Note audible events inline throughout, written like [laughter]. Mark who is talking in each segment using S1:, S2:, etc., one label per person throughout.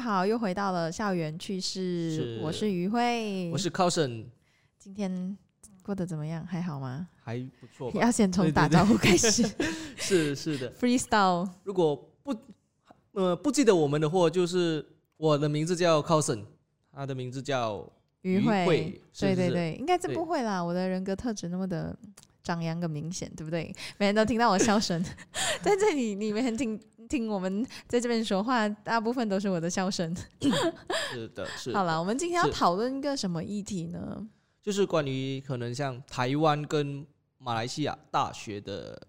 S1: 好，又回到了校园趣事
S2: 是，
S1: 我是于慧，
S2: 我是 Caution，
S1: 今天过得怎么样？还好吗？
S2: 还不错吧？
S1: 要先从
S2: 对对
S1: 打
S2: 对
S1: 招呼开始
S2: 是是的，
S1: [laughs] ，freestyle
S2: 如果不呃不记得我们的话，就是我的名字叫 Caution，他的名字叫
S1: 于
S2: 于慧是
S1: 对
S2: 是
S1: 对
S2: 是
S1: 对，应该真
S2: 对
S1: 不会啦，我的人格特质那么的。张扬个明显，对不对？每人都听到我笑
S2: [laughs]
S1: 声，在这里你们听听我们在这边说话，大部分都是我的笑声。
S2: 是的，是
S1: 好了，我们今天要
S2: 是
S1: 讨论一个什么议题呢？
S2: 就是关于可能像台湾跟马来西亚大学的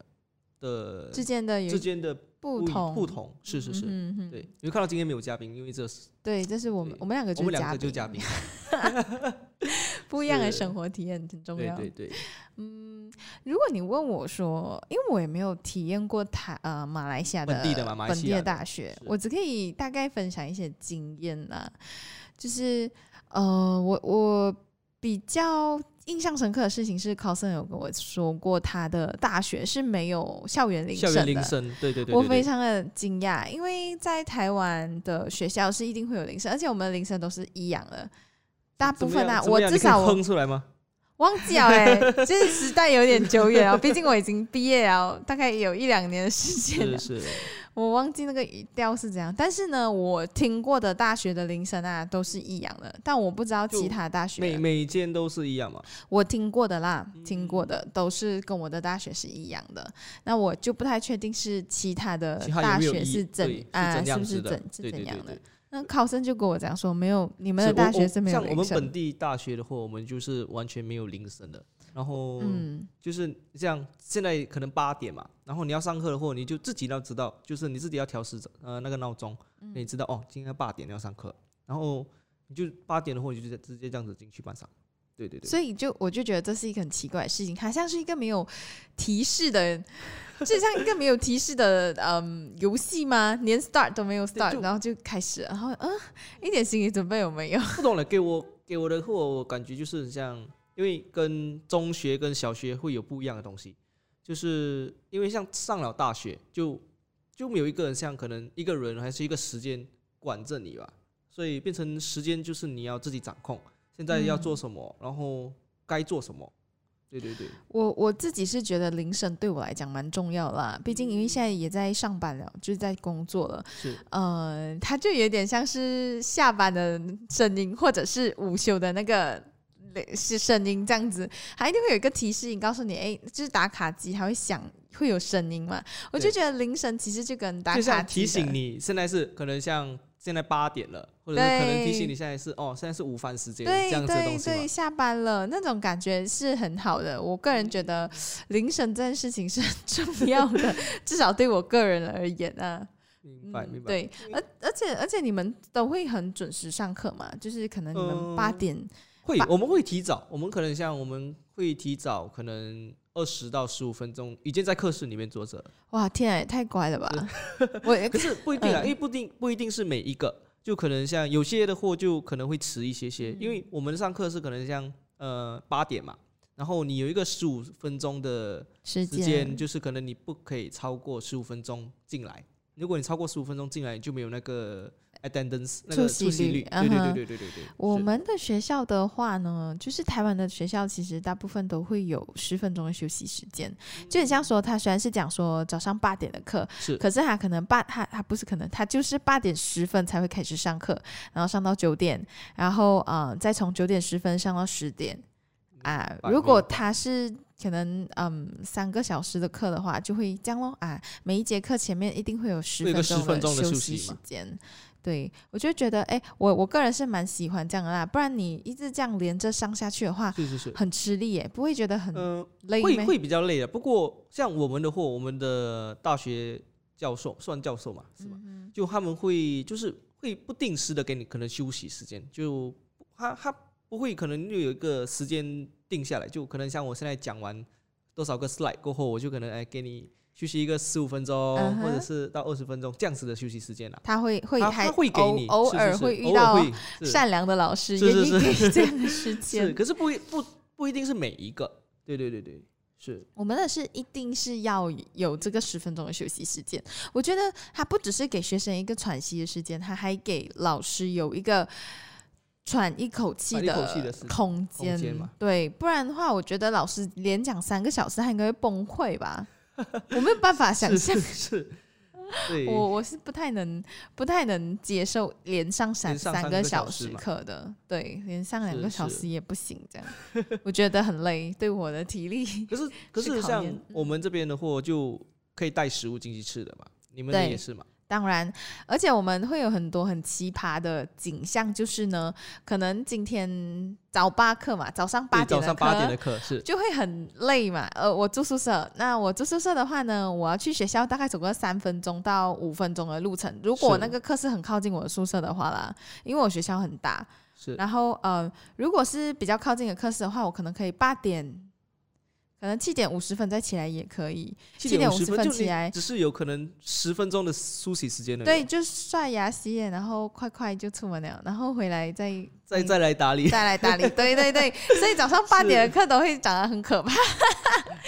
S2: 的
S1: 之间的有
S2: 呃之间的
S1: 不同，
S2: 不同，是是是，
S1: 嗯哼，
S2: 对，你会看到今天没有嘉宾，因为这是
S1: 对，这是我们
S2: 对
S1: 我们两个
S2: 我
S1: 就
S2: 们
S1: 是
S2: 两
S1: 嘉
S2: 个就
S1: 宾，
S2: 嘉宾，
S1: 不一样的
S2: 是
S1: 生活体验很重
S2: 对
S1: 要。
S2: 对对，
S1: 嗯，如果你问我说，因为我也没有体验过台呃马来西亚
S2: 本地的嘛马来
S1: 本
S2: 西
S1: 地
S2: 亚
S1: 的
S2: 的
S1: 大学，
S2: 是
S1: 我只可以大概分享一些经验啦。就是呃，我我比较印象深刻的事情是，Cousin 有跟我说过，他的大学是没有校园铃
S2: 校
S1: 声
S2: 园
S1: 的。
S2: 铃声，对对对对，
S1: 我非
S2: 对
S1: 常的惊讶，因为在台湾的学校是一定会有铃声，而且我们的铃声都是一样的，大部
S2: 怎么
S1: 分
S2: 样
S1: 啊，
S2: 怎么
S1: 我
S2: 样
S1: 至
S2: 你可以
S1: 少我
S2: 哼出来吗？
S1: 忘记了哎、
S2: [laughs]
S1: 欸，就是时代有点久远哦了，毕竟我已经毕业了，大概有一两年的时间了
S2: 是，是，
S1: 我忘记那个语调是怎样。但是呢，我听过的大学的铃声啊都是一样的，但我不知道
S2: 就
S1: 其他大学
S2: 每每间都是一样嘛，
S1: 我听过的啦，
S2: 嗯
S1: 听过的都是跟我的大学是一样的。那我就不太确定是其他的
S2: 其他有
S1: 呃大
S2: 没有
S1: 学
S2: 一
S1: 是
S2: 对
S1: 怎
S2: 是
S1: 啊，
S2: 怎
S1: 是
S2: 样
S1: 不
S2: 子
S1: 是
S2: 的
S1: 怎是
S2: 对对
S1: 怎样
S2: 对
S1: 的
S2: 对？
S1: 那考生就跟我讲说，没有你们的
S2: 是
S1: 大
S2: 我
S1: 学
S2: 我
S1: 是没有
S2: 像我
S1: 铃
S2: 们
S1: 声
S2: 本
S1: 的。
S2: 地大学的话，我们就是完全没有铃声的。然后
S1: 嗯，
S2: 就是这样，现在可能八点嘛，然后你要上课的话，你就自己要知道，就是你自己要调时呃那个闹钟，
S1: 嗯
S2: 你知道哦，今天八点要上课，然后你就八点的话，你就直接直接这样子进去班上。对对对，
S1: 所以就我就觉得这是一个很奇怪的事情，它像是一个没有提示的， [laughs] 就像一个没有提示的嗯游戏吗？连 start 都没有 start，
S2: 就
S1: 然后就开始了，然后嗯，一点心理准备有没有？
S2: 不懂了，给我给我的货，我感觉就是很像，因为跟中学跟小学会有不一样的东西，就是因为像上了大学就就没有一个人像可能一个人还是一个时间管着你吧，所以变成时间就是你要自己掌控，现在要做什么，
S1: 嗯
S2: 然后该做什么，对对对，
S1: 我我自己是觉得铃声对我来讲蛮重要啦，毕竟因
S2: 嗯
S1: 为现在也在上班了，就是在工作了，
S2: 是
S1: 呃，它就有点像是下班的声音，或者是午休的那个类是声音这样子，它一定会有一个提示音告诉你，哎，就是打卡机还会响，会有声音嘛。我就
S2: 对
S1: 觉得铃声其实就跟打
S2: 就
S1: 卡
S2: 像
S1: 机
S2: 提醒
S1: 的，
S2: 你现在是可能像现在八点了，或者是可能提
S1: 对
S2: 醒你现在是哦现在是午饭时间
S1: 对
S2: 这样子的
S1: 对
S2: 东西嘛
S1: 对，，下班了那种感觉是很好的。我个
S2: 嗯
S1: 人觉得铃声这件事情是很重要的， [laughs] 至少对我个人而言啊。
S2: 明白
S1: 嗯
S2: 明白，
S1: 对，而而且而且你们都会很准时上课嘛？就是可能你们
S2: 呃
S1: 八点、
S2: 会
S1: 吧，
S2: 我们会提早，我们可能像我们会提早，可能二十到十五分钟，已经在课室里面坐着了。
S1: 哇，天啊，也太乖了吧！我
S2: [laughs]
S1: 也
S2: 可是不一定啊，
S1: 嗯
S2: 因为不一定不一定是每一个，就可能像有些的货就可能会迟一些些，
S1: 嗯
S2: 因为我们上课是可能像呃八点嘛，然后你有一个十五分钟的
S1: 时
S2: 时间，就是可能你不可以超过十五分钟进来。如果你超过十五分钟进来，你就没有那个 attendance 那个
S1: 出席
S2: 出席
S1: 率
S2: 率。
S1: 嗯
S2: 对对
S1: 哼
S2: 对对对对对，
S1: 我
S2: 是
S1: 们的学校的话呢，就是台湾的学校，其实大部分都会有十分钟的休息时间。
S2: 嗯
S1: 就很像说，他虽然是讲说早上八点的课，
S2: 是
S1: 可是他可能八他他不是可能，他就是八点十分才会开始上课，然后上到九点，然后呃再从九点十分上到十点。啊，
S2: 白
S1: 如果
S2: 明白
S1: 他是可能嗯三个小时的课的话，就会这样咯啊，每一节课前面一定会有十
S2: 会有个10
S1: 钟
S2: 分钟的
S1: 休
S2: 休
S1: 息
S2: 息
S1: 时
S2: 嘛
S1: 间。对，我就觉得，哎，我我个人是蛮喜欢这样的啦，不然你一直这样连着上下去的话，
S2: 是是是，
S1: 很吃力耶，不会觉得很
S2: 嗯、
S1: 累
S2: 会
S1: 吗？
S2: 会比较累啊的。不过像我们的货，我们的大学教授算教授嘛，是吧？
S1: 嗯
S2: 就他们会就是会不定时的给你可能休息时间，就他他不会可能就有一个时间定下来，就可能像我现在讲完多少个 slide 过后，我就可能哎给你休息一个十五分钟
S1: 嗯哼
S2: 或者是到二十分钟这样子的休息时间啦。
S1: 他会会
S2: 他
S1: 还
S2: 啊他会给你，
S1: 偶偶
S2: 是是
S1: 尔
S2: 是
S1: 会遇
S2: 偶尔
S1: 到
S2: 会是
S1: 善良的老师
S2: 是
S1: 愿
S2: 是
S1: 意
S2: 是 [laughs]
S1: 给这样的时
S2: 是，
S1: 间。
S2: 可是不一不不一定是每一个，对对对对，是
S1: 我们的是一定是要有这个十分钟的休息时间。我觉得它不只是给学生一个喘息的时间，它还给老师有一个喘一口气
S2: 喘一口气的
S1: 的
S2: 时
S1: 空
S2: 空间嘛
S1: 对，不然的话，我觉得老师连讲三个小时，他应该会崩溃
S2: [laughs]
S1: 吧？我没有办法想
S2: 是
S1: 象
S2: 是，是，对，
S1: 我我是不太能不太能接受连上三
S2: 连上
S1: 三
S2: 三
S1: 个
S2: 个小
S1: 小
S2: 时
S1: 时
S2: 嘛
S1: 课的，对，连上两
S2: 是
S1: 个小
S2: 是
S1: 时也不行，这样 [laughs] 我觉得很累，对我的体力。
S2: 可是可
S1: 是
S2: 是
S1: 考
S2: 像
S1: 验
S2: 我们这边的货就可以带食物进去吃的嘛，你们的
S1: 对
S2: 也是嘛？
S1: 当然，而且我们会有很多很奇葩的景象，就是呢，可能今天早八课嘛，早上八
S2: 对，
S1: 点
S2: 早
S1: 的
S2: 上
S1: 课
S2: 八点的课是
S1: 就会很累嘛。呃，我住宿舍，那我住宿舍的话呢，我要去学校大概走个三分钟到五分钟的路程。如果
S2: 是
S1: 那个课是很靠近我的宿舍的话啦，因为我学校很大，
S2: 是
S1: 然后呃，如果是比较靠近的课室的话，我可能可以八点。可能七点五十分再起来也可以，
S2: 七
S1: 点
S2: 五十
S1: 50分
S2: 就
S1: 起
S2: 你
S1: 来
S2: 只是有可能十分钟的休息时间了，
S1: 对，，就刷牙洗脸，然后快快就出门了，然后回来再
S2: 再再来打理，
S1: 再来打理。对对
S2: [laughs]
S1: 对，所以早上八点的课都会长得很可怕。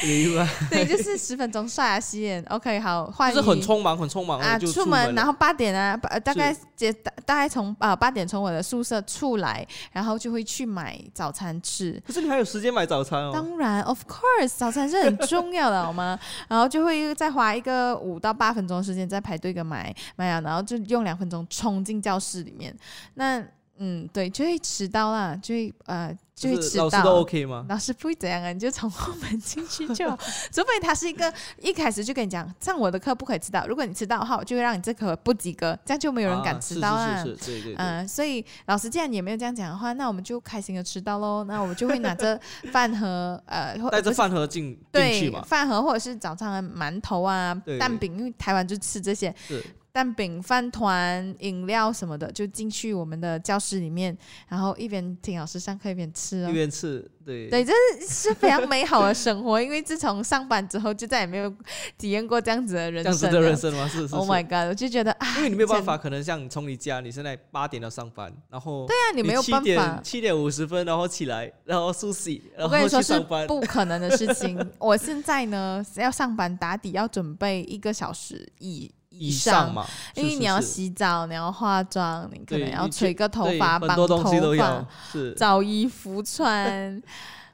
S2: 明白？
S1: 对，就是十分钟刷牙洗
S2: [laughs]
S1: 脸，OK，好，换
S2: 就是很
S1: 衣
S2: 匆忙，很匆忙，
S1: 啊，
S2: 就
S1: 出
S2: 门
S1: 门，然
S2: 了
S1: 后八点啊，呃大
S2: 是
S1: 概接大大概从啊八点从我的宿舍出来，然后就会去买早餐吃。
S2: 可是你还有时间买早餐哦，
S1: 当然，of course，早餐是很重要的，好吗？ [laughs] 然后就会再花一个五到八分钟的时间再排队跟买买啊，然后就用两分钟冲进教室里面。那嗯，对，就会迟到啦，就会呃，就会
S2: 是
S1: 迟
S2: 老师
S1: 到。
S2: 都 OK 吗？
S1: 老师不会怎样啊，你就从后门进去就
S2: [laughs]
S1: 好，除非他是一个一开始就跟你讲，上我的课不可以迟到，如果你迟到的话，我就会让你这科不及格，这样就没有人敢
S2: 啊
S1: 迟到啦。
S2: 是是是是，对对对，
S1: 嗯、所以老师既然也没有这样讲的话，那我们就开心的吃到喽。那我们就会拿着饭盒，呃，或
S2: [laughs] 带着
S1: 不是
S2: 饭盒进进去
S1: 对
S2: 嘛，
S1: 饭盒或者是早上的馒头啊
S2: 对、
S1: 蛋饼，因为台湾就吃这些
S2: 是
S1: 蛋饼、饭团、饮料什么的，就进去我们的教室里面，然后一边听老师上课一边吃哦
S2: 一。边吃，对
S1: 对，这是是非常美好的生活，因为自从上班之后，就再也没有 [laughs] 体验过这样子的人
S2: 这样子
S1: 生
S2: 的
S1: 了。
S2: 人生吗？是是是
S1: Oh my god！我就觉得啊，
S2: 因为你没有办法，可能像你从你家，你现在八点要上班，然后对
S1: 那啊你没有办法。
S2: 七点五十分然后起来，然后梳洗，然
S1: 我跟
S2: 后
S1: 你说
S2: 去
S1: 是
S2: 上班，
S1: 不可能的事
S2: [laughs]
S1: 情。我现在呢要上班打底，要准备一个小时以
S2: 以上
S1: 上
S2: 嘛，
S1: 因为
S2: 是
S1: 你要。
S2: 是是
S1: 洗澡，你要化妆，你可
S2: 对
S1: 能要
S2: 你去
S1: 吹个头
S2: 对
S1: 发、
S2: 很
S1: 绑
S2: 多
S1: 头
S2: 东西都
S1: 发
S2: 要、，是
S1: 找衣服穿，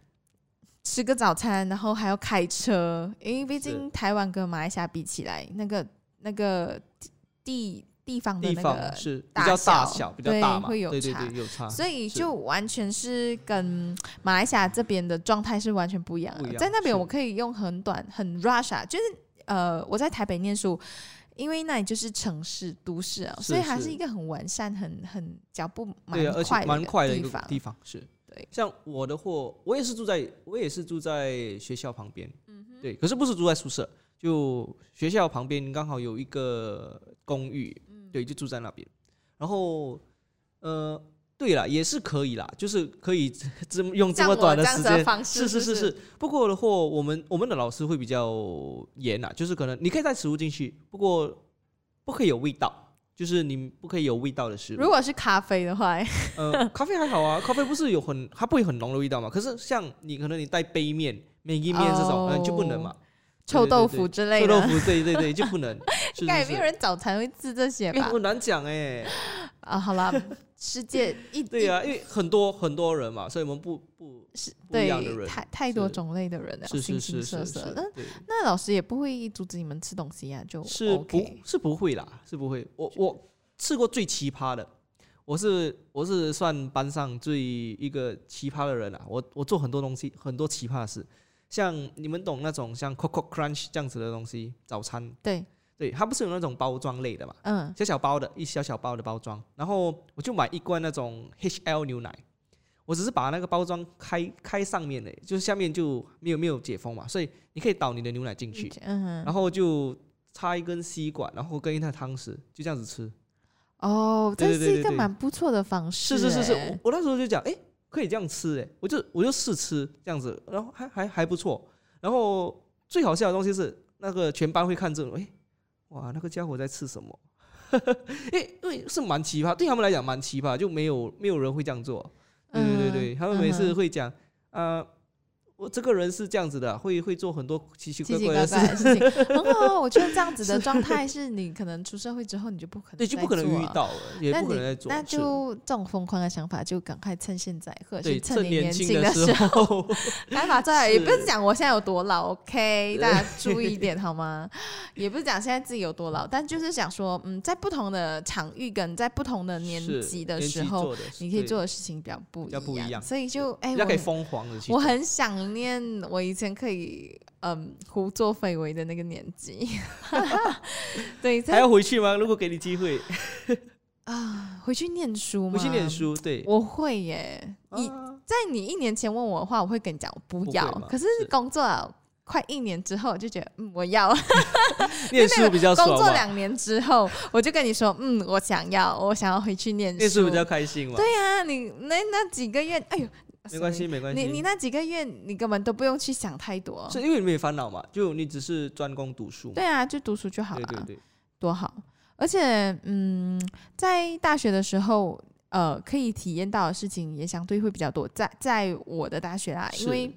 S1: [laughs] 吃个早餐，然后还要开车，因为毕竟台湾跟马来西亚比起来，那个那个地地方的
S2: 地
S1: 那
S2: 方
S1: 个，
S2: 是比
S1: 大
S2: 较
S1: 小
S2: 大小，比较
S1: 对
S2: 大嘛，
S1: 会有
S2: 对对
S1: 差
S2: 对，有差。
S1: 所以
S2: 啊是
S1: 就完全是跟马来西亚这边的状态是完全不一样
S2: 不一
S1: 的。
S2: 样
S1: 在那边
S2: 是
S1: 我可以用很短很 rush 啊，就是呃我在台北念书。因为那里就是城市都市啊，
S2: 是
S1: 所以它
S2: 是
S1: 是一个很完善、很很脚步蛮
S2: 对啊，而且
S1: 快
S2: 蛮快的
S1: 一
S2: 一
S1: 个
S2: 个
S1: 地方。
S2: 地方是。
S1: 对，
S2: 像我的货，我也是住在我也是住在学校旁边，嗯对，可是不是住在宿舍，就学校旁边刚好有一个公寓，
S1: 嗯
S2: 对，就住在那边。然后，呃，对了，也是可以啦，就是可以 [laughs] 这么用这
S1: 像
S2: 么
S1: 我
S2: 短的
S1: 这样
S2: 时
S1: 子的
S2: 间，
S1: 方式
S2: 是是
S1: 是
S2: 是是。不过的话，我们我们的老师会比较严啊，就是可能你可以带食物进去，不过不可以有味道，就是你不可以有味道的食物
S1: 如。果是咖啡的话， [laughs]
S2: 呃，咖啡还好啊，咖啡不是有很它不会很浓的味道嘛。可是像你可能你带杯面、美意面这种，嗯、就不能嘛。
S1: 臭
S2: 对对
S1: 豆
S2: 对
S1: 腐之类
S2: 臭豆
S1: 哦的，
S2: 腐， [laughs] 对对对，就
S1: [laughs]
S2: 不能。是
S1: 应该也
S2: 是
S1: 没有
S2: 是，
S1: 人早餐会吃这些
S2: 因为
S1: 吧
S2: 我？难
S1: [laughs]
S2: 讲哎、
S1: 啊，好啦，世界一
S2: [laughs] 对呀、因为很多很多人嘛，所以我们不不
S1: 一是
S2: 不一样的
S1: 对
S2: 人
S1: 太太多
S2: 是
S1: 种类的人了，
S2: 是
S1: 啊形
S2: 是
S1: 形
S2: 是
S1: 色
S2: 是
S1: 色
S2: 是，
S1: 的。
S2: 对
S1: 那老师也不会阻止你们吃东西呀、就是
S2: 不
S1: 哦 OK。
S2: 是不会啦，是不会。我我吃过最奇葩的，我是我是算班上最一个奇葩的人啦。啊我我做很多东西，很多奇葩的事，像你们懂那种像 Coco Crunch 这样子的东西，早餐，
S1: 对，
S2: 对，它不是有那种包装类的嘛，
S1: 嗯，
S2: 小小包的，一小小包的包装，然后我就买一罐那种 HL 牛奶。我只是把那个包装开开上面的，就是下面就没有没有解封嘛，所以你可以倒你的牛奶进去，
S1: 嗯，
S2: 然后就插一根吸管，然后跟一袋汤匙，就这样子吃。
S1: 哦，
S2: 对
S1: 这
S2: 对对
S1: 是一
S2: 对
S1: 个
S2: 对
S1: 蛮不错的方式、
S2: 是
S1: 欸。
S2: 是是是，我我那时候就讲，哎，可以这样吃，哎，我就我就试吃这样子，然后还还还不错。然后最好笑的东西是，那个全班会看这种，哎，哇，那个家伙在吃什么？ [laughs] 哎，因为是蛮奇葩，对他们来讲蛮奇葩，就没有没有人会这样做。对对对对，他们每次
S1: 嗯嗯哼
S2: 会讲，呃，我这个人是这样子的，啊会会做很多奇奇
S1: 奇
S2: 怪
S1: 奇
S2: 怪
S1: 怪
S2: 的事
S1: 怪，的事情，很好啊。我觉得这样子的状态是你可能出社会之后你就不可能
S2: 对，就不
S1: 再
S2: 可能
S1: 做
S2: 遇
S1: 啊。
S2: 到了，也
S1: 那
S2: 不可
S1: 你
S2: 能再做。
S1: 那
S2: 是
S1: 就这种疯狂的想法，就赶快趁现在，或者
S2: 对，
S1: 是
S2: 趁
S1: 你年
S2: 轻
S1: 的
S2: 时
S1: 时候，
S2: 候， [laughs]
S1: 赶快把这，也不
S2: 是
S1: 是讲我现在有多老，OK，大家注意一点好吗？ [laughs] 也不是讲现在自己有多老，但就是想说，嗯，在不同的场域跟在不同的 [laughs] 年
S2: 是
S1: 纪的
S2: 年
S1: 时
S2: 纪
S1: 候，
S2: 做的
S1: 你可以
S2: 对
S1: 做的事情比较不
S2: 比较不一样
S1: 所以就哎，
S2: 比
S1: 我
S2: 较可以
S1: 很
S2: 疯狂的去做。
S1: 我很想念我以前可以嗯胡作非为的那个年纪，
S2: [laughs]
S1: [laughs] 对，
S2: 还
S1: 在
S2: 要回去吗？如果给你机会，
S1: 啊回去念书吗？
S2: 回去念，书，对，
S1: 我会耶。你
S2: 啊
S1: 在你一年前问我的话，我会跟你讲我不
S2: 不会
S1: 要
S2: 嘛，
S1: 可是
S2: 是
S1: 工作了快一年之后，我就觉得嗯我
S2: [laughs]
S1: 要。
S2: 念书比较爽
S1: 工作
S2: 嘛，
S1: 两年之后，我就跟你说嗯我想要，我想要回去念书。
S2: 念书比较开心嘛，
S1: 对呀、你那那几个月，哎呦，
S2: 没关系，没关
S1: sorry。
S2: 系。
S1: 你你那几个月，你根本都不用去想太多。
S2: 是因为你没烦恼嘛，就你只是专攻读书嘛，
S1: 对啊，就读书就好了。
S2: 对对对，
S1: 多好！而且，嗯，在大学的时候，呃，可以体验到的事情也相对会比较多。在在我的大学啦，啊因为
S2: 是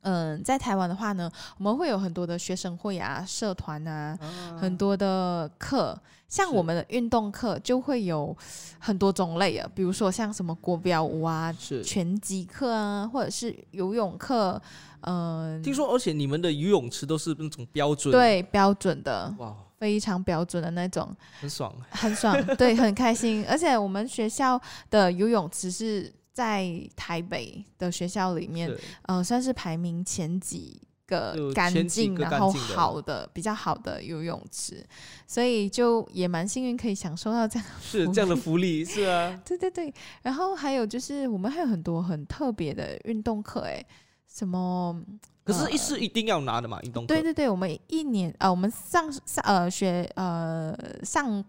S1: 嗯、在台湾的话呢，我们会有很多的学生会啊、社团啊，
S2: 啊
S1: 很多的课。像
S2: 是
S1: 我们的运动课就会有很多种类啊，比如说像什么国标舞啊、
S2: 是。
S1: 拳击课啊，或者是游泳课，嗯、
S2: 听说，而且你们的游泳池都是那种标准，，哦
S1: 对，标准的，
S2: 哇，
S1: 非常标准的那种。
S2: 很爽，
S1: 很
S2: [laughs]
S1: 爽，对，很开心。而且我们学校的游泳池是在台北的学校里面，
S2: 是
S1: 呃，算是排名前几个
S2: 就
S1: 干
S2: 前几
S1: 净，
S2: 个
S1: 然
S2: 干
S1: 后
S2: 净的
S1: 好的、比较好的游泳池，所以就也蛮幸运可以享受到这样。
S2: 是这样的福利，
S1: [laughs]
S2: 是啊，
S1: 对对对，然后还有就是我们还有很多很特别的运动课，诶，什么？
S2: 可是
S1: 呃
S2: 一是一定要拿的嘛，运动课
S1: 对，对对，我们一年呃，我们上上呃学呃上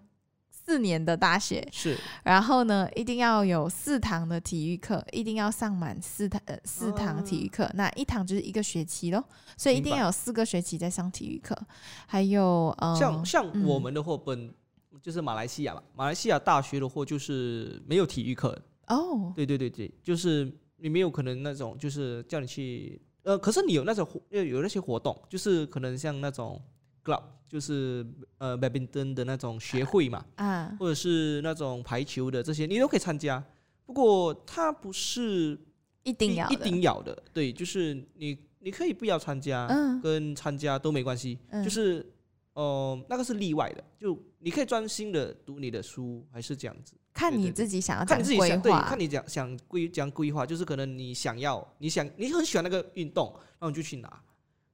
S1: 四年的大学，
S2: 是
S1: 然后呢，一定要有四堂的体育课，一定要上满四堂呃四堂体育课，那一堂就是一个学期咯，所以一
S2: 哦明白
S1: 定要有四个学期在上体育课，还有呃，
S2: 像像
S1: 嗯
S2: 我们的话，本就是马来西亚嘛，马来西亚大学的话就是没有体育课，
S1: 哦，
S2: 对对对对，就是你没有可能那种，就是叫你去，呃，可是你有那种活有有那些活动，就是可能像那种 club，就是呃 badminton 的那种学会嘛，
S1: 啊，
S2: 或者是那种排球的这些，你都可以参加。不过它不是
S1: 一
S2: 必
S1: 定要
S2: 一
S1: 的
S2: 定要的，对，就是你你可以不要参加，
S1: 嗯
S2: 跟参加都没关系，
S1: 嗯
S2: 就是呃那个是例外的，就你可以专心的读你的书，还是这样子。
S1: 看
S2: 对
S1: 你
S2: 对
S1: 自己想要怎
S2: 看你
S1: 么
S2: 自己
S1: 啊规
S2: 想，对，
S1: 划
S2: 看，你讲想规讲规划，就是可能你想要，你想你很喜欢那个运动，然后你就去拿。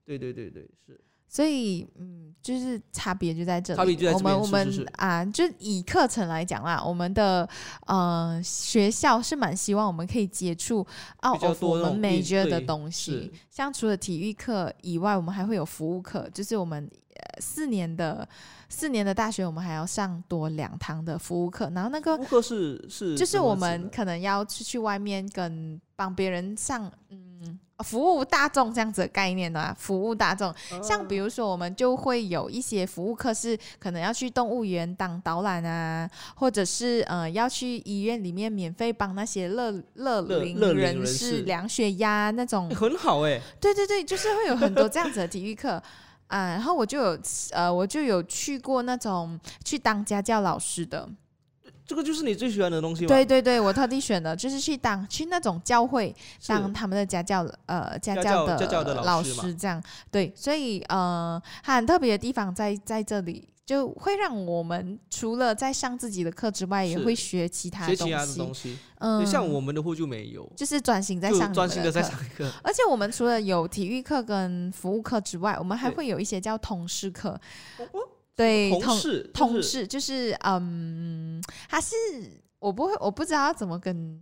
S2: 对对对对，是
S1: 所以嗯，就是差别就在这里，
S2: 差别就在这
S1: 我们
S2: 边
S1: 我
S2: 是
S1: 们
S2: 是是
S1: 啊，就以课程来讲啦，我们的呃学校是蛮希望我们可以接触奥
S2: 比较
S1: of
S2: 多
S1: 我
S2: 那
S1: 们
S2: 种
S1: major
S2: 应
S1: 的
S2: 对
S1: 东
S2: 是
S1: 西，像除了体育课以外，我们还会有服务课，就是我们。呃四年的四年的大学，我们还要上多两堂的服务课，然后那个
S2: 顾客是是
S1: 就是
S2: 什么
S1: 我
S2: 指
S1: 们
S2: 的
S1: 可能要去去外面跟帮别人上，嗯，服务大众这样子的概念呢、服务大众。像比如说，我们就会有一些服务课是可能要去动物园当导览啊，或者是呃要去医院里面免费帮那些乐乐
S2: 乐
S1: 龄
S2: 乐龄
S1: 人
S2: 人
S1: 士
S2: 士
S1: 量血压那种 [laughs]
S2: 诶。很好哎、
S1: 对对对，就是会有很多这样子的体育课。啊，然后我就有呃，我就有去过那种去当家教老师的，
S2: 这个就是你最喜欢的东西嘛。
S1: 对对对，我特地选的就是去当去那种教会
S2: 是，
S1: 当他们的家教呃家
S2: 家
S1: 教
S2: 教家教的老
S1: 老
S2: 师嘛
S1: 师这样，对，所以呃，它很特别的地方在在这里，就会让我们除了在上自己的课之外，也
S2: 是
S1: 会学其他
S2: 学
S1: 的
S2: 其
S1: 东
S2: 他的
S1: 西
S2: 东。西，对
S1: 嗯，
S2: 像我们的货就没有，
S1: 就是专心在
S2: 就
S1: 上你
S2: 专
S1: 们
S2: 心的在
S1: 课
S2: 上课。
S1: 而且我们除了有体育课跟服务课之外，我们还
S2: 对
S1: 会有一些叫通识课
S2: 哦哦。
S1: 对，
S2: 同事就是
S1: 通识就是嗯，它是我不会，我不知道要怎么跟。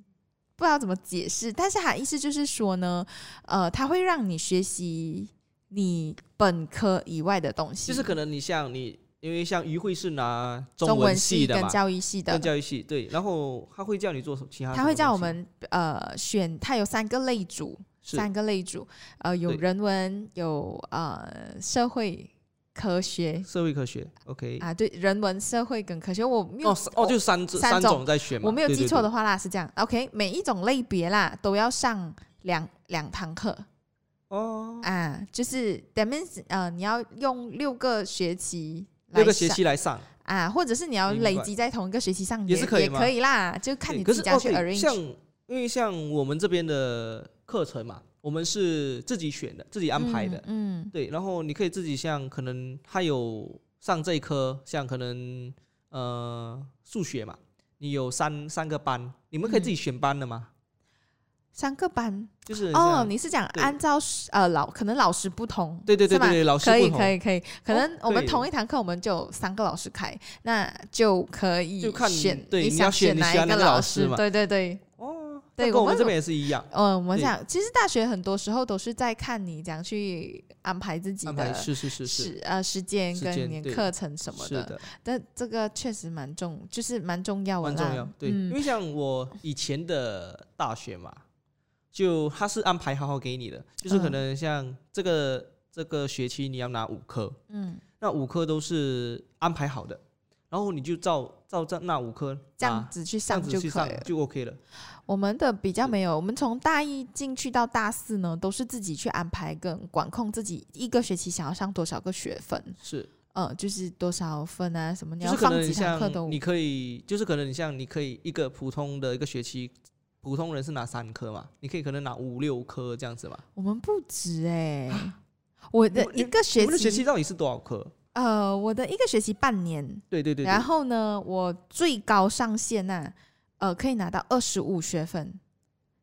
S1: 不知道怎么解释，但是它意思就是说呢，呃，它会让你学习你本科以外的东西，
S2: 就是可能你像你，因为像于慧是拿中
S1: 中文
S2: 系的
S1: 跟
S2: 嘛，
S1: 教育系的
S2: 跟，教育系对，然后他会叫你做什么其他什么东西，
S1: 它会叫我们呃选，它有三个类组，
S2: 是
S1: 三个类组，呃，有
S2: 对
S1: 人文，有呃社会科学
S2: 社会科学，OK，
S1: 啊，对，人文、社会跟科学，我没有
S2: 哦是哦，就三种
S1: 三
S2: 三
S1: 种
S2: 种在选嘛，
S1: 我没有
S2: 对
S1: 记
S2: 对
S1: 错
S2: 对
S1: 的话啦，是这样。OK，每一种类别啦都要上两两堂课，
S2: 哦，
S1: 啊，就是等 a means 呃，你要用六个学期来
S2: 六个学
S1: 上
S2: 期来上，
S1: 啊，或者是你要
S2: 明
S1: 累
S2: 白
S1: 积在同一个学期上
S2: 也是可以
S1: 也
S2: 吗
S1: 可以啦，就看
S2: 对
S1: 你
S2: 可
S1: 自己
S2: 是
S1: 家
S2: 哦
S1: 去
S2: 对
S1: arrange。
S2: 像因为像我们这边的课程嘛，我们是自己选的，自己安排的。
S1: 嗯，嗯
S2: 对，然后你可以自己像可能他有上这一科，像可能呃数学嘛，你有三三个班，你
S1: 嗯
S2: 们可以自己选班的吗？
S1: 三个班
S2: 就是
S1: 哦，
S2: 像
S1: 你是讲
S2: 对
S1: 按照是呃老可能老师不同，
S2: 对对对
S1: 是吗
S2: 对对，老师
S1: 可以
S2: 不同
S1: 可以可以，可能我们
S2: 对
S1: 同一堂课我们就有三个老师开，那就可以
S2: 就看
S1: 选
S2: 对
S1: 你
S2: 你要
S1: 想
S2: 选你
S1: 哪
S2: 喜
S1: 一
S2: 欢
S1: 个
S2: 那个老师
S1: 师
S2: 嘛
S1: 对对对，
S2: 哦，那
S1: 对我
S2: 跟我们
S1: 们
S2: 这边也是一样，
S1: 嗯，我们
S2: 对
S1: 讲其实大学很多时候都是在看你怎样去安排自己
S2: 安排
S1: 的
S2: 是是是是
S1: 时呃时间
S2: 时
S1: 跟
S2: 间
S1: 你的
S2: 对
S1: 课程什么
S2: 是
S1: 的，
S2: 的，
S1: 但这个确实蛮重，就是蛮重要的
S2: 蛮
S1: 啦，
S2: 重要。对，因
S1: 嗯
S2: 为像我以前的大学嘛，就他是安排好好给你的，就是可
S1: 嗯
S2: 能像这个、这个学期你要拿五科，
S1: 嗯，
S2: 那五科都是安排好的，然后你就照照着那五科
S1: 这样
S2: 拿
S1: 子去
S2: 这
S1: 上
S2: 样子
S1: 就
S2: 去
S1: 可以
S2: 上
S1: 了。
S2: 就 OK 了。
S1: 我们的比较
S2: 是
S1: 没有，我们从大一进去到大四呢，都是自己去安排跟管控自己一个学期想要上多少个学分，
S2: 是，
S1: 呃，就是多少分啊，什么你
S2: 就
S1: 要
S2: 是可
S1: 放
S2: 能
S1: 几
S2: 你
S1: 堂课
S2: 像
S1: 都
S2: 你可以，就是可能你像你可以一个普通的一个学期，普通人是拿三科嘛，你可以可能拿五六科这样子嘛。
S1: 我们不止哎、我的
S2: 你们
S1: 一个
S2: 你
S1: 学
S2: 们的学期
S1: 期，
S2: 到底是多少科？
S1: 呃，我的一个学期半年，
S2: 对对对对
S1: 然后呢，我最高上限呐、呃，可以拿到二十五学分，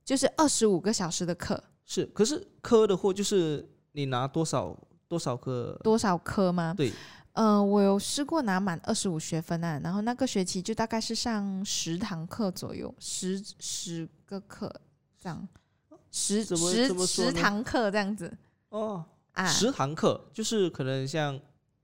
S1: 就是二十五个小时的课，
S2: 是，可是科的货就是你拿多少多少个，
S1: 多少科吗？
S2: 对，
S1: 嗯、我有试过拿满二十五学分啊，然后那个学期就大概是上十堂课左右，十十个课这样，十
S2: 怎么怎
S1: 十
S2: 么说呢
S1: 十堂课这样子
S2: 哦，
S1: 啊，
S2: 十堂课就是可能像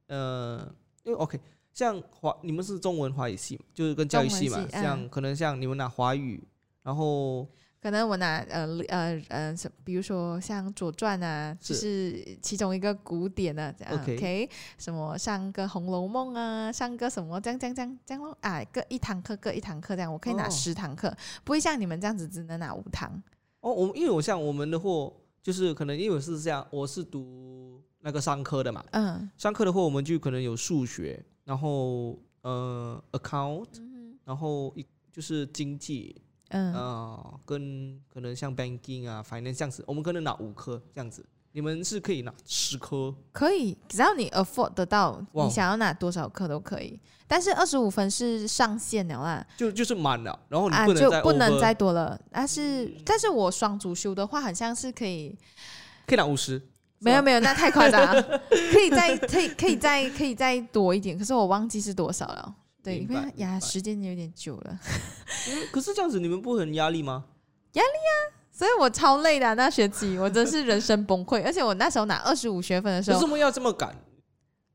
S2: 呃，因为 OK，像华你们是中文华语系嘛，就是跟教育
S1: 中文
S2: 系嘛，
S1: 系嗯
S2: 像可能像你们拿华语，然后
S1: 可能我拿呃呃呃，什比如说像《左传》啊，就是是其中一个古典啊，这样
S2: OK
S1: 什么上个《红楼梦》啊，上个什么这样这样这样这样咯啊，各一堂课各一堂课这样，我可以拿
S2: 哦
S1: 十堂课，不会像你们这样子只能拿五堂。
S2: 哦，我们因为我像我们的货就是可能因为我是这样，我是读那个商科的嘛，
S1: 嗯
S2: 商科的货我们就可能有数学，然后呃 account，
S1: 嗯
S2: 然后一就是经济，
S1: 嗯、
S2: 呃，跟可能像 banking 啊、finance 这样子，我们可能拿五科这样子，你们是可以拿十科，
S1: 可以，只要你 afford 得到，
S2: 哇
S1: 你想要拿多少课都可以。但是二十五分是上限了啦，
S2: 就就是满了，然后哦你
S1: 啊，
S2: 不能
S1: 就
S2: 再 over,、嗯
S1: 不能再多了。但是，但是我双主修的话，好像是可以。
S2: 可以拿五十，
S1: 没有没有，那太夸张了，
S2: [laughs]
S1: 可以再可以可以再可以再多一点，可是我忘记是多少了。对，因
S2: 明白
S1: 为呀，
S2: 明白
S1: 时间有点久了，
S2: 嗯可是这样子你们不会很压力吗？
S1: 所以我超累的啊、那学期，我真是人生崩溃。而且我那时候拿二十五学分的时
S2: 可是
S1: 候，
S2: 我们要这么赶，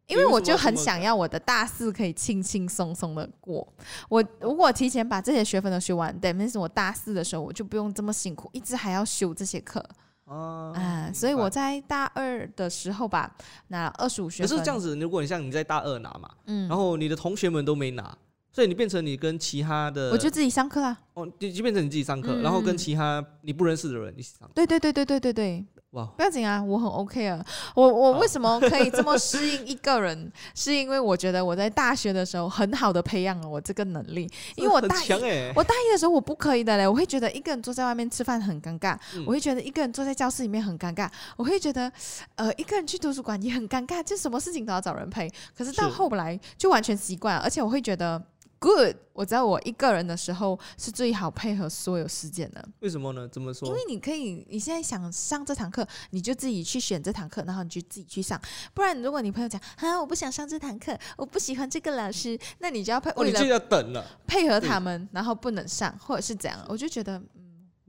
S1: 因为我
S2: 你
S1: 就
S2: 为什么
S1: 很想要我的大四可以轻轻松松的过。我如果提前把这些学分都修完，that means 我大四的时候我就不用这么辛苦，一直还要修这些课
S2: 啊
S1: 啊。所以我在大二的时候吧，拿了二十五学
S2: 可是
S1: 分。
S2: 这样子，如果你像你在大二拿嘛，
S1: 嗯
S2: 然，后你的同学们都没拿，所以你变成你跟其他的，
S1: 我就自己上课啊啦。
S2: 哦，就就变成你自己上课，
S1: 嗯
S2: 然后
S1: 嗯
S2: 跟其他你不认识的人一起上，
S1: 对对对对对对对，
S2: 哇，
S1: 不要紧啊，我很 OK 啊。我我
S2: 好
S1: 为什么可以这么适应一个人， [laughs] 是因为我觉得我在大学的时候很好的培养了我这个能力。 [laughs] 因为我
S2: [laughs] 很
S1: 大一
S2: 强哎、
S1: 我大一的时候我不可以的嘞，我会觉得一个人坐在外面吃饭很尴尬，
S2: 嗯
S1: 我会觉得一个人坐在教室里面很尴尬，我会觉得呃一个人去图书馆也很尴尬，就什么事情都要找人陪。可是到
S2: 是
S1: 后来就完全习惯了，而且我会觉得 good，我知道我一个人的时候是最好配合所有事件的。
S2: 为什么呢？怎么说？
S1: 因为你可以，你现在想上这堂课，你就自己去选这堂课，然后你就自己去上。不然，如果你朋友讲啊，我不想上这堂课，我不喜欢这个老师，那你就要配
S2: 哦，
S1: 为
S2: 你就
S1: 了
S2: 要等了。
S1: 配合
S2: 嗯
S1: 他们，然后不能上，或者是怎样。我就觉得，嗯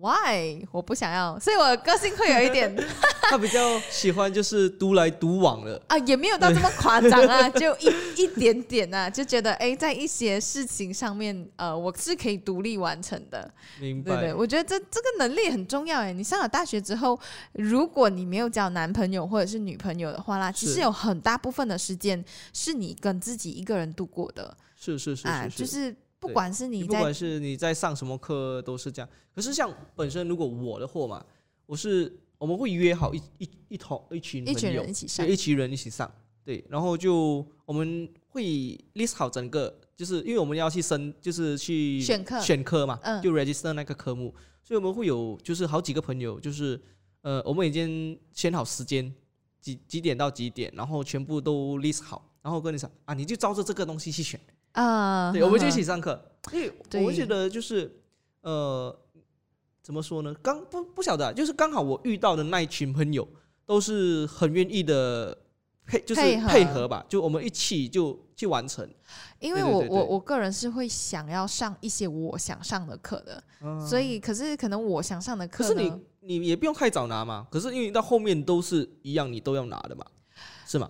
S1: ，why 我不想要，所以我个性会有一点
S2: [laughs] 他比较喜欢就是独来独往的，
S1: 啊，也没有到这么夸张
S2: [laughs]
S1: 啊，就一一点点啊，就觉得哎，在一些事情上面，呃，我是可以独立完成的。
S2: 明
S1: 对对，
S2: 白？
S1: 我觉得这这个能力很重要哎。你上了大学之后，如果你没有交男朋友或者是女朋友的话啦，其实
S2: 是
S1: 有很大部分的时间是你跟自己一个人度过的
S2: 是是是
S1: 啊，
S2: 是。
S1: 就是是不
S2: 对
S1: 管是
S2: 你
S1: 你
S2: 不
S1: 在
S2: 管是你在上什么课都是这样。可是像本身如果我的货嘛，我是我们会约好一一一同一群
S1: 一群
S2: 朋友
S1: 人一起上
S2: 对，，一群人一起上，对，然后就我们会 list 好整个，就是因为我们要去申，就是去
S1: 选课
S2: 选科嘛，
S1: 嗯
S2: 就 register 那个科目，所以我们会有就是好几个朋友，就是呃，我们已经选好时间，几几点到几点，然后全部都 list 好，然后跟你讲啊，你就照着这个东西去选，
S1: 啊，
S2: 对，我们就一
S1: 呵
S2: 起
S1: 呵
S2: 上课，因为
S1: 嗯对
S2: 我会觉得就是呃，怎么说呢？刚不不晓得啊、就是刚好我遇到的那一群朋友都是很愿意的配，就是
S1: 配合
S2: 配合吧，就我们一起就去完成。
S1: 因为
S2: 对对
S1: 我
S2: 对
S1: 我
S2: 对
S1: 我个人是会想要上一些我想上的课的，所以可是可能我想上的
S2: 嗯可
S1: 课
S2: 是你
S1: 呢，
S2: 你也不用太早拿嘛，可是因为到后面都是一样，你都要拿的嘛，是吗？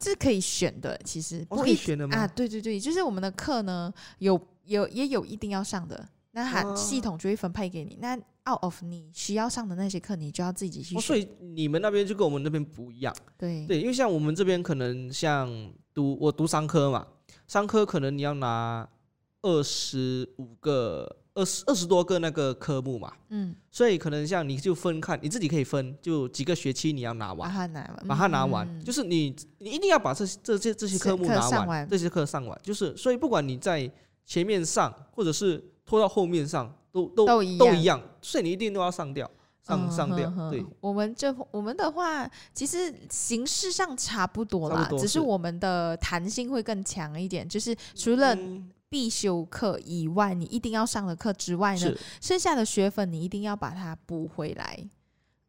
S1: 是可以选的，其实
S2: 哦
S1: 不
S2: 可以
S1: 一
S2: 选的吗
S1: 啊，对对对，就是我们的课呢有有也有一定要上的，那它
S2: 哦
S1: 系统就会分配给你，那 out of 你需要上的那些课，你就要自己去
S2: 哦
S1: 选，
S2: 所以你们那边就跟我们那边不一样。
S1: 对
S2: 对，因为像我们这边可能像读我读商科嘛，商科可能你要拿二十五个、二十二十多个那个科目嘛，
S1: 嗯，
S2: 所以可能像你就分看你自己可以分，就几个学期你要拿
S1: 把
S2: 完，
S1: 它拿完，
S2: 把它拿完，
S1: 嗯
S2: 就是你你一定要把这这些这些
S1: 这
S2: 科目
S1: 课
S2: 拿
S1: 上
S2: 完，
S1: 完
S2: 这些课上完，就是所以不管你在前面上或者是拖到后面上，都都
S1: 都一
S2: 都
S1: 样
S2: 一样，所以你一定都要上掉上
S1: 嗯
S2: 上掉
S1: 哼，哼
S2: 对。
S1: 我们这我们的话，其实形式上差不多
S2: 差
S1: 啦，
S2: 不多
S1: 只是
S2: 是
S1: 我们的弹性会更强一点。就是除了
S2: 嗯
S1: 必修课以外，你一定要上的课之外呢
S2: 是，
S1: 剩下的学分你一定要把它补回来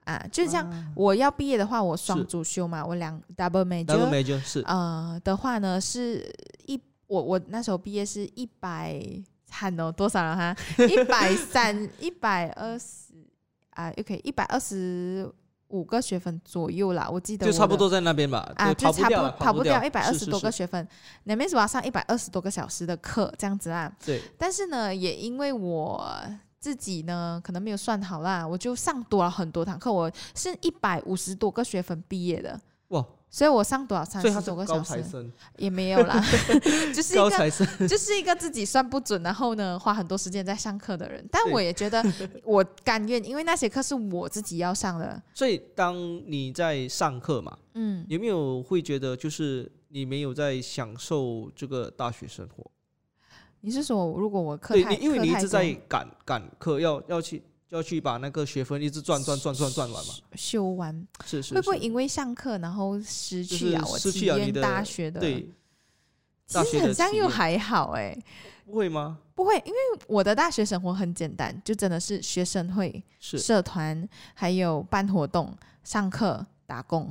S1: 啊。就像
S2: 啊
S1: 我要毕业的话，我双
S2: 是
S1: 主修嘛，我两 double
S2: double
S1: major，
S2: major 是
S1: 呃的话呢是一我我那时候毕业是一百喊哦多少了哈，一百三一百二十啊，OK 一百二十五个学分左右啦，我记得
S2: 就
S1: 我
S2: 差不
S1: 的
S2: 多在那边吧，
S1: 啊，
S2: 对跑
S1: 就
S2: 不
S1: 差
S2: 掉了，
S1: 跑不掉一百二
S2: 是
S1: 十多个，学分，那面是我要上一百二十多个小时的课这样子啦。
S2: 是是对，
S1: 但是呢，也因为我自己呢，可能没有算好啦，我就上多了很多堂课，我是一百五十多个学分毕业的，
S2: 哇，
S1: 所以我上多少三
S2: 所以他
S1: 十
S2: 是
S1: 多个
S2: 高
S1: 小
S2: 材
S1: 时
S2: 生，
S1: 也没有
S2: [laughs]
S1: 啦， [laughs] 就是一
S2: 高
S1: 个
S2: 材生， [laughs]
S1: 就是一个自己算不准，然后呢花很多时间在上课的人。但我也觉
S2: [laughs]
S1: 得我甘愿，因为那些课是我自己要上的，
S2: 所以当你在上课嘛，
S1: 嗯。
S2: 有没有会觉得就是你没有在享受这个大学生活？
S1: 你是说，如果我课
S2: 对，
S1: 太
S2: 你因为
S1: 课
S2: 你一
S1: 太
S2: 直
S1: 多
S2: 在赶赶课，要要去要去把那个学分一直赚赚赚赚赚完嘛，
S1: 修完，
S2: 是是
S1: 会不会
S2: 是
S1: 因为上课然后失
S2: 就
S1: 去
S2: 是
S1: 啊？我
S2: 失
S1: 体
S2: 去了你
S1: 验
S2: 的
S1: 大学的，
S2: 对，
S1: 其
S2: 大
S1: 实
S2: 学的
S1: 很像
S2: 体
S1: 又
S2: 验
S1: 还好哎、
S2: 不会吗？
S1: 不会，因为我的大学生活很简单，就真的是学生会、
S2: 是
S1: 社团，还有办活动、上课、打工、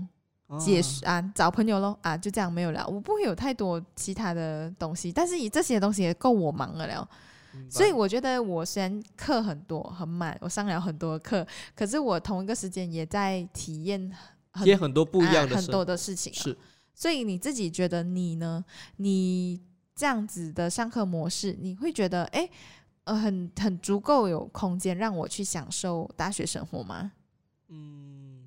S2: 啊
S1: 结束啊找朋友咯啊，就这样没有了。我不会有太多其他的东西，但是以这些东西也够我忙的了。
S2: 明白
S1: 所以我觉得我虽然课很多很满，我上了很多课，可是我同一个时间也在体验很
S2: 也很多不一
S1: 啊
S2: 样的
S1: 很
S2: 生
S1: 多的事情、啊。
S2: 是
S1: 所以你自己觉得你呢？你这样子的上课模式，你会觉得诶，呃，很很足够有空间让我去享受大学生活吗？
S2: 嗯，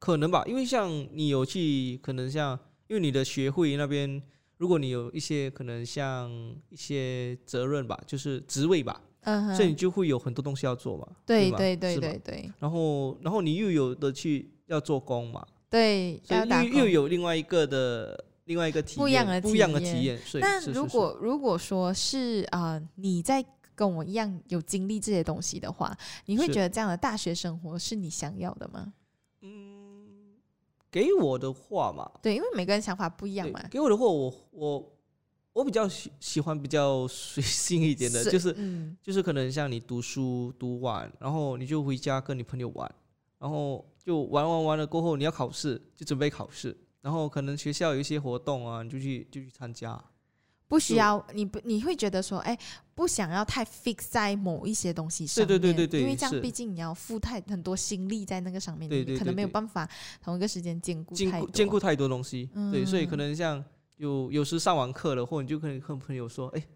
S2: 可能吧，因为像你有去，可能像因为你的学会那边，如果你有一些可能像一些责任吧，就是职位吧，
S1: 嗯
S2: 所以你
S1: 哼，
S2: 就会有很多东西要做嘛，
S1: 对
S2: 吧
S1: 对对
S2: 是吧
S1: 对对
S2: 然后然后你又有的去要做工嘛，
S1: 对，
S2: 所以
S1: 要打
S2: 又又
S1: 工。
S2: 有另外一个的另外一个体
S1: 不一
S2: 验
S1: 样的
S2: 不一样的
S1: 体
S2: 体
S1: 验
S2: 验，所以
S1: 那
S2: 是是
S1: 如
S2: 是
S1: 果如果说是啊、呃你在跟我一样有经历这些东西的话，你会
S2: 是
S1: 觉得这样的大学生活是你想要的吗？
S2: 嗯，给我的话嘛，
S1: 对，因为每个人想法不一样
S2: 对
S1: 嘛。
S2: 给我的话，我我我比较喜喜欢比较随性一点的，
S1: 所以
S2: 就是
S1: 嗯，
S2: 就是可能像你读书读完，然后你就回家跟你朋友玩，然后就玩玩玩了过后，你要考试就准备考试，然后可能学校有一些活动啊，你就去就去参加。
S1: 不需
S2: 就
S1: 要你不你会觉得说，哎，不想要太 fix 在某一些东西上面，
S2: 对对对对
S1: 因为
S2: 对
S1: 这样
S2: 是
S1: 毕竟你要付太很多心力在那个上面，
S2: 对
S1: 你
S2: 对
S1: 可能
S2: 对
S1: 没有
S2: 对
S1: 办法同一个时间兼顾
S2: 兼
S1: 太
S2: 顾
S1: 多。
S2: 兼顾太多东西，对，所以可
S1: 嗯
S2: 能像有有时上完课了，或者你就可以跟朋友说，哎，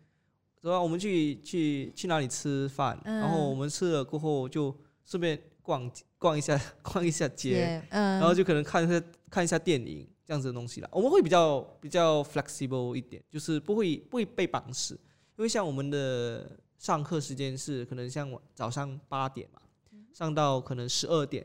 S2: 走啊，我们去去去哪里吃饭，然后我
S1: 嗯
S2: 们吃了过后就顺便逛逛一下逛一下街，
S1: 也嗯，
S2: 然后就可能看一下看一下电影这样子的东西啦。我们会比较比较 flexible 一点，就是不会不会被绑死，因为像我们的上课时间是可能像晚早上八点嘛，上到可能十二点，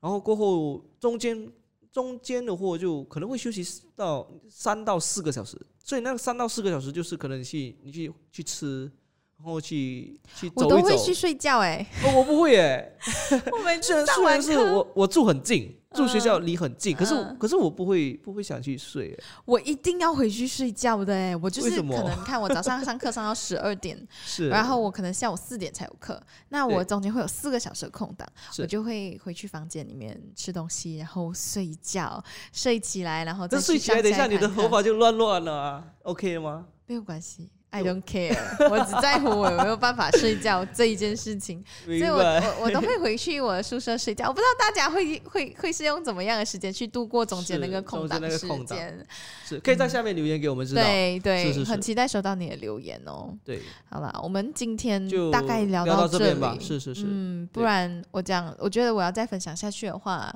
S2: 然后过后中间中间的话就可能会休息到三到四个小时，所以那三到四个小时就是可能去你去去吃，然后去去走
S1: 我
S2: 一
S1: 都
S2: 走。
S1: 会去睡觉哎、
S2: 哦我不会耶，
S1: [laughs] 我们
S2: 虽然
S1: 上
S2: 虽
S1: 完
S2: 然是
S1: 课，
S2: 我我住很近，住学校离很近，可是我
S1: 嗯
S2: 可是我不会不会想去睡耶。
S1: 我一定要回去睡觉的哎、我就
S2: 为
S1: 是
S2: 什么
S1: 可能看我早上上课上
S2: [laughs]
S1: 到十二点，
S2: 是，
S1: 然后我可能下午四点才有课，那我
S2: 对
S1: 中间会有四个小时的空档，
S2: 是
S1: 我就会回去房间里面吃东西，然后睡觉，睡起来，然后再
S2: 这睡
S1: 去
S2: 起来，
S1: 上
S2: 等一
S1: 一
S2: 下你的
S1: 堂
S2: 头
S1: 课
S2: 发就乱乱了啊，OK 吗？
S1: 没有关系。I
S2: 就
S1: don't care，我只在乎我有没有办法睡觉这一件事
S2: [laughs]
S1: 情，所
S2: 明
S1: 以我
S2: 白。
S1: 我我都会回去我的宿舍睡觉。我不知道大家会会会是用怎么样的时间去度过中间那
S2: 是
S1: 个空
S2: 中间
S1: 档
S2: 那个
S1: 时
S2: 空档
S1: 间，
S2: [laughs] 是可以在下面留言给我们知道。
S1: 对对，
S2: 是是
S1: 很
S2: 是
S1: 期待收到你的留言哦。
S2: 对，
S1: 好啦，我们今天嗯
S2: 就
S1: 大概
S2: 聊
S1: 到
S2: 这
S1: 里
S2: 边吧。是是是，
S1: 嗯，不
S2: 对
S1: 然我这样，我觉得我要再分享下去的话，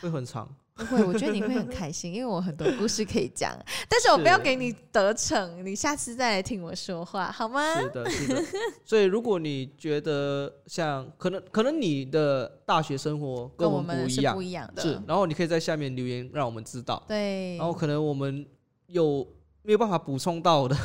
S2: 会很长。
S1: 不会，我觉得你会很开心，因为我很多故事可以
S2: [laughs]
S1: 讲。但是我不要给你得逞，你下次再来听我说话好吗？
S2: 是的，是的。所以如果你觉得像可能可能你的大学生活跟
S1: 跟
S2: 我
S1: 们
S2: 不一
S1: 是
S2: 样
S1: 不，一样的，
S2: 是，然后你可以在下面留言让我们知道，
S1: 对。
S2: 然后可能我们有没有办法补充到的，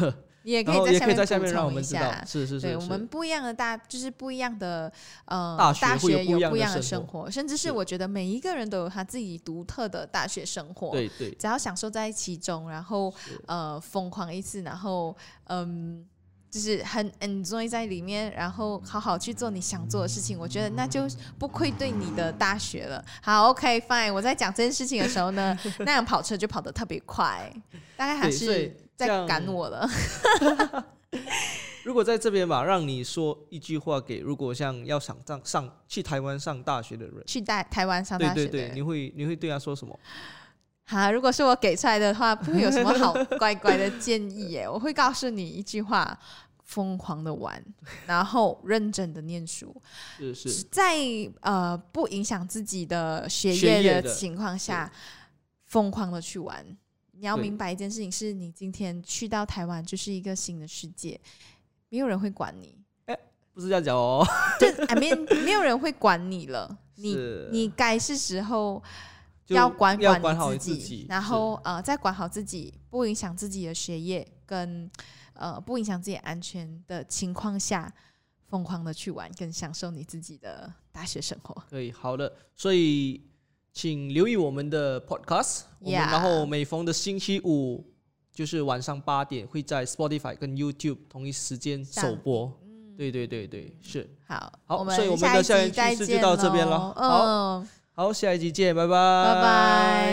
S1: 你也可
S2: 然后
S1: 以
S2: 也
S1: 下
S2: 可以
S1: 面
S2: 在下面
S1: 补
S2: 让我
S1: 充
S2: 们
S1: 一
S2: 知道
S1: 下，。
S2: 是是
S1: 对
S2: 是
S1: 我们
S2: 是，
S1: 不一样的大，就是不一样的呃，
S2: 大学
S1: 大
S2: 会有
S1: 学
S2: 不一
S1: 有
S2: 样
S1: 不
S2: 的
S1: 一样的
S2: 生
S1: 生活，甚至是
S2: 是
S1: 我觉得每一个人都有他自己独特的大学生活。
S2: 对对。
S1: 只要享受在其中，然后
S2: 是
S1: 呃疯狂一次，然后嗯，就是很 enjoy 在里面，然后好好去做你想做的事情，我觉得那就不愧对你的大学了。好，OK fine，我在讲这件事情的时候呢，那辆跑车就跑得特别快，大概还
S2: 对所以
S1: 是
S2: 这
S1: 在
S2: 样
S1: 赶我了。 [laughs]
S2: 如果在这边吧，让你说一句话给如果像要想上上去台湾上大学的人，
S1: 去大台湾上
S2: 对
S1: 大
S2: 对
S1: 学的
S2: 对，
S1: 人
S2: 你会你会对他说什么？
S1: 哈，如果是我给出来的话，不会有什么好乖乖的建议耶。我会告诉你一句话：疯狂的玩，然后认真的念书。
S2: 是是，
S1: 在呃不影响自己的学
S2: 学
S1: 业
S2: 业
S1: 的
S2: 的
S1: 情况下，疯狂的去玩。你要明白一件事情，是你今天去到台湾就是一个新的世界，没有人会管你，
S2: 不是这样讲哦。
S1: 就 I mean 没有人会管你
S2: [laughs]
S1: 了。你
S2: 是
S1: 你该是时候
S2: 就
S1: 要管
S2: 要
S1: 管
S2: 好
S1: 你
S2: 自
S1: 己
S2: 己，，
S1: 然
S2: 是
S1: 后呃再管好自己，不影响自己的学业跟呃不影响自己安全的情况下，疯狂的去玩，跟享受你自己的大学生活。
S2: 可以好的，所以请留意我们的 podcast，我们
S1: Yeah
S2: 然后每逢的星期五就是晚上八点会在 Spotify 跟 YouTube 同一时间首播。
S1: 嗯
S2: 对对对对，是
S1: 好，
S2: 好
S1: 我们
S2: 所以我们
S1: 下
S2: 的
S1: 一
S2: 校园
S1: 集再
S2: 趋势就
S1: 见
S2: 到这边
S1: 咯
S2: 咯
S1: 嗯，
S2: 好，下一集见，拜拜，
S1: 拜
S2: 拜
S1: 拜。